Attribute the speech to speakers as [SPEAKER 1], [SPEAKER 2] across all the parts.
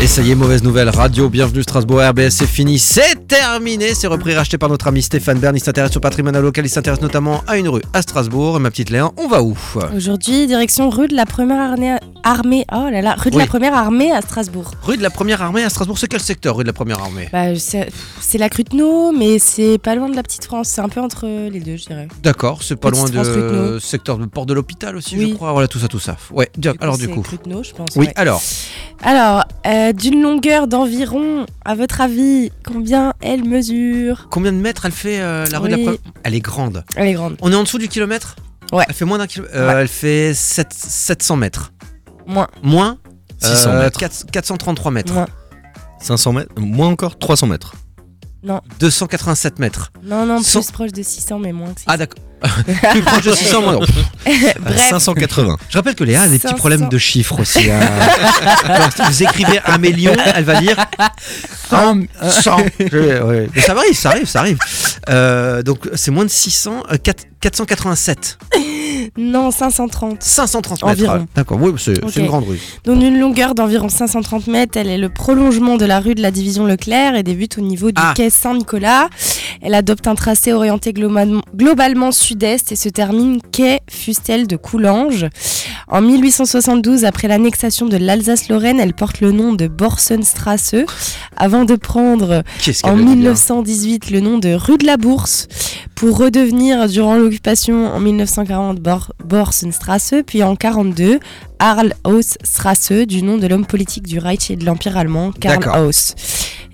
[SPEAKER 1] Et ça y est, mauvaise nouvelle, radio, bienvenue Strasbourg RBS, c'est fini, c'est terminé, c'est repris, racheté par notre ami Stéphane Bern, il s'intéresse au patrimoine local, il s'intéresse notamment à une rue à Strasbourg. Et ma petite Léa, on va où
[SPEAKER 2] Aujourd'hui, direction rue de la Première Arnée- Armée. Oh là là, rue de
[SPEAKER 1] Oui.
[SPEAKER 2] la Première Armée à Strasbourg.
[SPEAKER 1] Rue de la Première Armée à Strasbourg, c'est quel secteur, rue de la Première Armée
[SPEAKER 2] Bah, c'est pff, c'est la Cruteneau, mais c'est pas loin de la Petite France. C'est un peu entre les deux, je dirais.
[SPEAKER 1] D'accord, c'est pas
[SPEAKER 2] Petite
[SPEAKER 1] loin
[SPEAKER 2] France, rue de
[SPEAKER 1] de secteur de Port de l'Hôpital aussi,
[SPEAKER 2] Oui.
[SPEAKER 1] je crois, voilà, tout ça, tout ça. Ouais, du- alors du
[SPEAKER 2] c'est
[SPEAKER 1] coup.
[SPEAKER 2] Cruteneau, je pense.
[SPEAKER 1] Oui,
[SPEAKER 2] ouais.
[SPEAKER 1] alors,
[SPEAKER 2] Alors, euh, d'une longueur d'environ, à votre avis, combien elle mesure
[SPEAKER 1] combien de mètres elle fait euh, la rue de la
[SPEAKER 2] Oui.
[SPEAKER 1] Première Elle est grande.
[SPEAKER 2] Elle est grande.
[SPEAKER 1] On est en dessous du kilomètre
[SPEAKER 2] Ouais.
[SPEAKER 1] Elle fait moins d'un kilomètre euh, Elle fait sept- 700 mètres.
[SPEAKER 2] Moins.
[SPEAKER 1] Moins
[SPEAKER 3] 600
[SPEAKER 1] euh,
[SPEAKER 3] mètres.
[SPEAKER 1] 4- 433 mètres.
[SPEAKER 2] Moins.
[SPEAKER 3] 500 mètres Moins encore 300 mètres.
[SPEAKER 1] 287 mètres.
[SPEAKER 2] Non, non, plus
[SPEAKER 1] Cent-
[SPEAKER 2] proche de 600, mais moins que 600.
[SPEAKER 1] Ah d'accord. Plus proche de 600 moins. non.
[SPEAKER 2] Bref.
[SPEAKER 3] 580.
[SPEAKER 1] Je rappelle que Léa a des petits
[SPEAKER 2] 500.
[SPEAKER 1] problèmes de chiffres aussi. hein. Quand vous écrivez un million, elle va dire 100. Mais ça arrive, ça arrive, ça arrive. Euh, donc c'est moins de 600, euh, quatre- 487, Ah.
[SPEAKER 2] Non, 530.
[SPEAKER 1] 530 mètres.
[SPEAKER 2] Environ.
[SPEAKER 1] Ah, D'accord, oui, c'est
[SPEAKER 2] Ok.
[SPEAKER 1] c'est une grande rue.
[SPEAKER 2] Donc d'une longueur d'environ 530 mètres, elle est le prolongement de la rue de la division Leclerc et débute au niveau du
[SPEAKER 1] Ah.
[SPEAKER 2] quai Saint-Nicolas. Elle adopte un tracé orienté global- globalement sud-est et se termine quai Fustel de Coulanges. En 1872, après l'annexation de l'Alsace-Lorraine, elle porte le nom de Borsenstrasse avant de prendre
[SPEAKER 1] Qu'est-ce qu'elle hein
[SPEAKER 2] en
[SPEAKER 1] veut dire
[SPEAKER 2] 1918 le nom de rue de la Bourse pour redevenir durant l'occupation en 1940 Bor- Borsenstrasse puis en 42 Karl Haus Strasse du nom de l'homme politique du Reich et de l'Empire allemand Karl
[SPEAKER 1] D'accord.
[SPEAKER 2] Haus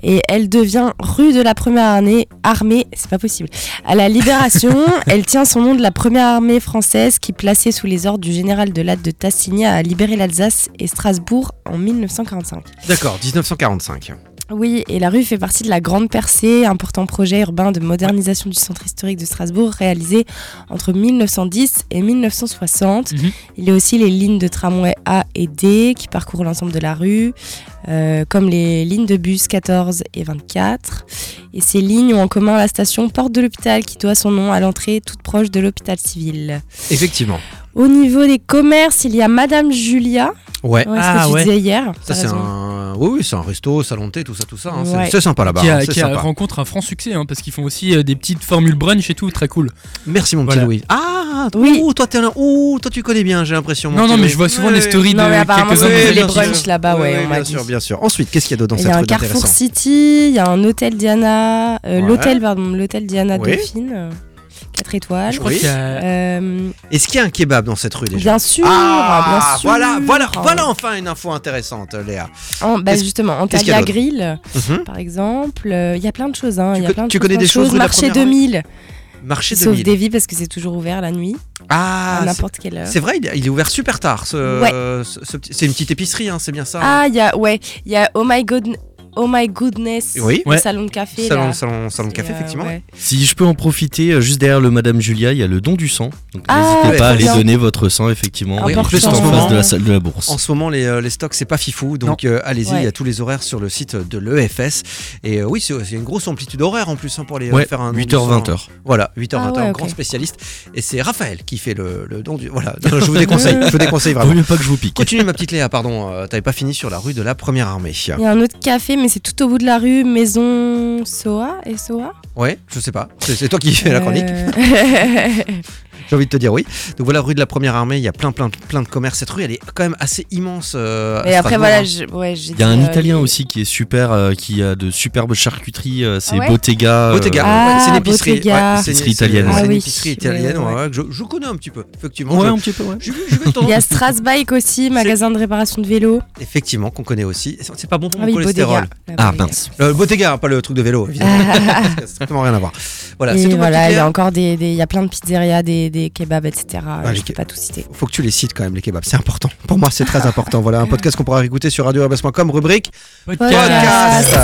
[SPEAKER 2] et elle devient rue de la première armée armée c'est pas possible à la libération elle tient son nom de la première armée française qui placée sous les ordres du général de Latte de Tassigny a libéré l'Alsace et Strasbourg en 1945
[SPEAKER 1] D'accord, 1945.
[SPEAKER 2] oui, et la rue fait partie de la Grande Percée, important projet urbain de modernisation du centre historique de Strasbourg réalisé entre 1910 et 1960.
[SPEAKER 4] Mhm.
[SPEAKER 2] Il y a aussi les lignes de tramway A et D qui parcourent l'ensemble de la rue, euh, comme les lignes de bus 14 et 24. Et ces lignes ont en commun la station Porte de l'Hôpital qui doit son nom à l'entrée toute proche de l'hôpital civil.
[SPEAKER 1] Effectivement.
[SPEAKER 2] Au niveau des commerces, il y a Madame Julia,
[SPEAKER 1] Eh, Ouais.
[SPEAKER 2] ouais,
[SPEAKER 4] Ah
[SPEAKER 2] ce que tu
[SPEAKER 4] ouais.
[SPEAKER 2] disais hier.
[SPEAKER 1] Ça
[SPEAKER 2] t'as
[SPEAKER 1] c'est
[SPEAKER 2] raison.
[SPEAKER 1] un, oui, oui, c'est un resto, salon de thé, tout ça, tout ça. hein. C'est-
[SPEAKER 2] Ouais.
[SPEAKER 1] C'est sympa là-bas.
[SPEAKER 4] qui
[SPEAKER 1] hein,
[SPEAKER 4] a,
[SPEAKER 1] c'est
[SPEAKER 4] qui a-
[SPEAKER 1] sympa.
[SPEAKER 4] rencontre un franc succès hein, parce qu'ils font aussi euh, des petites formules brunch et tout, très cool.
[SPEAKER 1] Merci mon petit
[SPEAKER 4] Voilà.
[SPEAKER 1] Louis. Ah,
[SPEAKER 2] Oui.
[SPEAKER 1] ouh, toi t'es là, ouh, toi tu connais bien, j'ai l'impression. mon
[SPEAKER 4] Non, non,
[SPEAKER 1] petit
[SPEAKER 4] mais
[SPEAKER 1] Louis.
[SPEAKER 4] je vois souvent
[SPEAKER 1] Ouais,
[SPEAKER 4] les stories
[SPEAKER 2] Non, mais
[SPEAKER 4] de
[SPEAKER 2] apparemment,
[SPEAKER 4] quelques-uns
[SPEAKER 2] c'est
[SPEAKER 4] des
[SPEAKER 2] les
[SPEAKER 4] gens qui-
[SPEAKER 2] brunchs. là-bas, Bah ouais, on m'a
[SPEAKER 1] bien
[SPEAKER 2] dit.
[SPEAKER 1] sûr, bien sûr. Ensuite, qu'est-ce qu'il y a dans
[SPEAKER 2] Il
[SPEAKER 1] cette
[SPEAKER 2] y a un
[SPEAKER 1] rue
[SPEAKER 2] Carrefour
[SPEAKER 1] d'intéressant
[SPEAKER 2] City, il y a un hôtel Diana, euh,
[SPEAKER 1] Ouais.
[SPEAKER 2] l'hôtel pardon, l'hôtel Diana
[SPEAKER 1] Oui.
[SPEAKER 2] Dauphine, 4 étoiles.
[SPEAKER 4] Je crois
[SPEAKER 1] Oui.
[SPEAKER 4] qu'il y a-
[SPEAKER 2] Euh,
[SPEAKER 1] Est-ce qu'il y a un kebab dans cette rue déjà
[SPEAKER 2] bien sûr,
[SPEAKER 1] Ah,
[SPEAKER 2] bien sûr. Oh.
[SPEAKER 1] voilà, voilà, voilà enfin une info intéressante, Léa.
[SPEAKER 2] En- bah,
[SPEAKER 1] Qu'est-ce-
[SPEAKER 2] justement,
[SPEAKER 1] qu'est-ce qu'il y a
[SPEAKER 2] Antalya
[SPEAKER 1] d'autre
[SPEAKER 2] Grill,
[SPEAKER 1] Mhm.
[SPEAKER 2] par exemple, euh, il y a plein de choses. hein,
[SPEAKER 1] Tu
[SPEAKER 2] il y a
[SPEAKER 1] co-
[SPEAKER 2] plein de
[SPEAKER 1] tu connais
[SPEAKER 2] plein
[SPEAKER 1] des
[SPEAKER 2] de
[SPEAKER 1] choses rue de la
[SPEAKER 2] Marché
[SPEAKER 1] première rue
[SPEAKER 2] 2000,
[SPEAKER 1] Marché
[SPEAKER 2] sauf
[SPEAKER 1] 2000.
[SPEAKER 2] des vies parce que c'est toujours ouvert la nuit,
[SPEAKER 1] Ah,
[SPEAKER 2] à
[SPEAKER 1] c'est-
[SPEAKER 2] n'importe quelle heure.
[SPEAKER 1] c'est vrai, il est- il est ouvert super tard. ce- ce- ce petit- C'est une petite épicerie, hein, c'est bien ça. hein
[SPEAKER 2] Ah, il y a, ouais, il y a Oh My, God, oh my Goodness,
[SPEAKER 1] Oui.
[SPEAKER 2] le
[SPEAKER 4] Ouais.
[SPEAKER 2] salon de café.
[SPEAKER 1] Salon,
[SPEAKER 2] là.
[SPEAKER 1] salon, salon de
[SPEAKER 2] C'est,
[SPEAKER 1] café,
[SPEAKER 2] euh,
[SPEAKER 1] effectivement.
[SPEAKER 2] ouais.
[SPEAKER 3] Si je peux en profiter, euh, juste derrière le Madame Julia, il y a le don du sang. Donc
[SPEAKER 2] Ah,
[SPEAKER 3] n'hésitez
[SPEAKER 1] ouais,
[SPEAKER 3] pas à
[SPEAKER 1] trop
[SPEAKER 3] aller
[SPEAKER 2] bien.
[SPEAKER 3] donner votre sang, effectivement.
[SPEAKER 2] Oui, en plus,
[SPEAKER 3] juste
[SPEAKER 2] Ah, en
[SPEAKER 3] en
[SPEAKER 2] ce
[SPEAKER 3] face
[SPEAKER 2] moment-
[SPEAKER 3] de la salle de la bourse.
[SPEAKER 1] En ce moment, les, euh, les stocks, c'est pas fifou, donc euh, allez-y, il y a
[SPEAKER 2] Ouais.
[SPEAKER 1] tous les horaires sur le site de l'EFS. Et euh, oui, c'est c'est une grosse amplitude horaire en plus hein, pour les euh,
[SPEAKER 3] Ouais,
[SPEAKER 1] faire un don
[SPEAKER 3] 8h,
[SPEAKER 1] du sang.
[SPEAKER 3] 20h.
[SPEAKER 1] Voilà, 8h,
[SPEAKER 2] Ah
[SPEAKER 1] 20h,
[SPEAKER 2] ouais, ok.
[SPEAKER 1] grand spécialiste. Et c'est Raphaël qui fait le, le don du. Voilà, Non, je vous déconseille, je vous déconseille
[SPEAKER 3] Vaut
[SPEAKER 1] vraiment.
[SPEAKER 3] mieux pas que je vous pique.
[SPEAKER 1] Continue ma petite Léa, pardon, euh, t'avais pas fini sur la rue de la Première Armée.
[SPEAKER 2] Il y a un autre café, mais c'est tout au bout de la rue, Maison Soa et Soa.
[SPEAKER 1] Ouais, je sais pas, c'est c'est toi qui fais la chronique,
[SPEAKER 2] Euh,
[SPEAKER 1] j'ai envie de te dire oui. Donc voilà, rue de la Première Armée, il y a plein, plein, plein de commerces. Cette rue, elle est quand même assez immense. euh, à
[SPEAKER 2] Et
[SPEAKER 1] Strasbourg,
[SPEAKER 2] après,
[SPEAKER 1] hein.
[SPEAKER 2] voilà, je- ouais, j'ai
[SPEAKER 3] Il y a
[SPEAKER 2] dit,
[SPEAKER 3] un
[SPEAKER 2] euh,
[SPEAKER 3] Italien
[SPEAKER 2] les-
[SPEAKER 3] aussi qui est super, euh, qui a de superbes charcuteries. euh, c'est
[SPEAKER 2] Ah ouais
[SPEAKER 3] Bottega. euh,
[SPEAKER 1] Bottega,
[SPEAKER 2] Ah,
[SPEAKER 1] ouais, c'est une épicerie.
[SPEAKER 2] Bottega.
[SPEAKER 1] ouais, c'est une-
[SPEAKER 3] Épicerie italienne,
[SPEAKER 1] c'est une-
[SPEAKER 2] ouais.
[SPEAKER 1] c'est une
[SPEAKER 2] Ah oui,
[SPEAKER 1] épicerie
[SPEAKER 2] ouais,
[SPEAKER 1] italienne,
[SPEAKER 2] ouais.
[SPEAKER 1] ouais, que je, je connais un petit peu, effectivement.
[SPEAKER 3] Ouais,
[SPEAKER 1] je-
[SPEAKER 3] un petit peu, ouais.
[SPEAKER 1] je- je vais de temps en
[SPEAKER 2] Il y a
[SPEAKER 1] temps.
[SPEAKER 2] Strasbike aussi, magasin de réparation de vélo.
[SPEAKER 1] Effectivement, qu'on connaît aussi. C'est c'est pas bon pour
[SPEAKER 2] Ah
[SPEAKER 1] mon
[SPEAKER 2] oui,
[SPEAKER 1] cholestérol.
[SPEAKER 2] Bodega. La
[SPEAKER 3] Ah
[SPEAKER 2] Bodega.
[SPEAKER 3] mince.
[SPEAKER 1] Le Bottega, hein, pas le truc de vélo, évidemment.
[SPEAKER 2] Ah,
[SPEAKER 1] Ça n'a strictement rien à voir. Voilà, c'est
[SPEAKER 2] et
[SPEAKER 1] tout. ma
[SPEAKER 2] voilà,
[SPEAKER 1] petite
[SPEAKER 2] il y a
[SPEAKER 1] Léa.
[SPEAKER 2] encore des, des- il y a plein de pizzerias, des, des kebabs, etc.
[SPEAKER 1] Ah, les
[SPEAKER 2] je peux
[SPEAKER 1] ke-
[SPEAKER 2] pas tout citer.
[SPEAKER 1] Faut que tu les cites quand même, les kebabs. C'est important. Pour moi, c'est très important. Voilà, un podcast qu'on pourra écouter sur radio rubrique
[SPEAKER 2] Podcast.
[SPEAKER 1] podcast.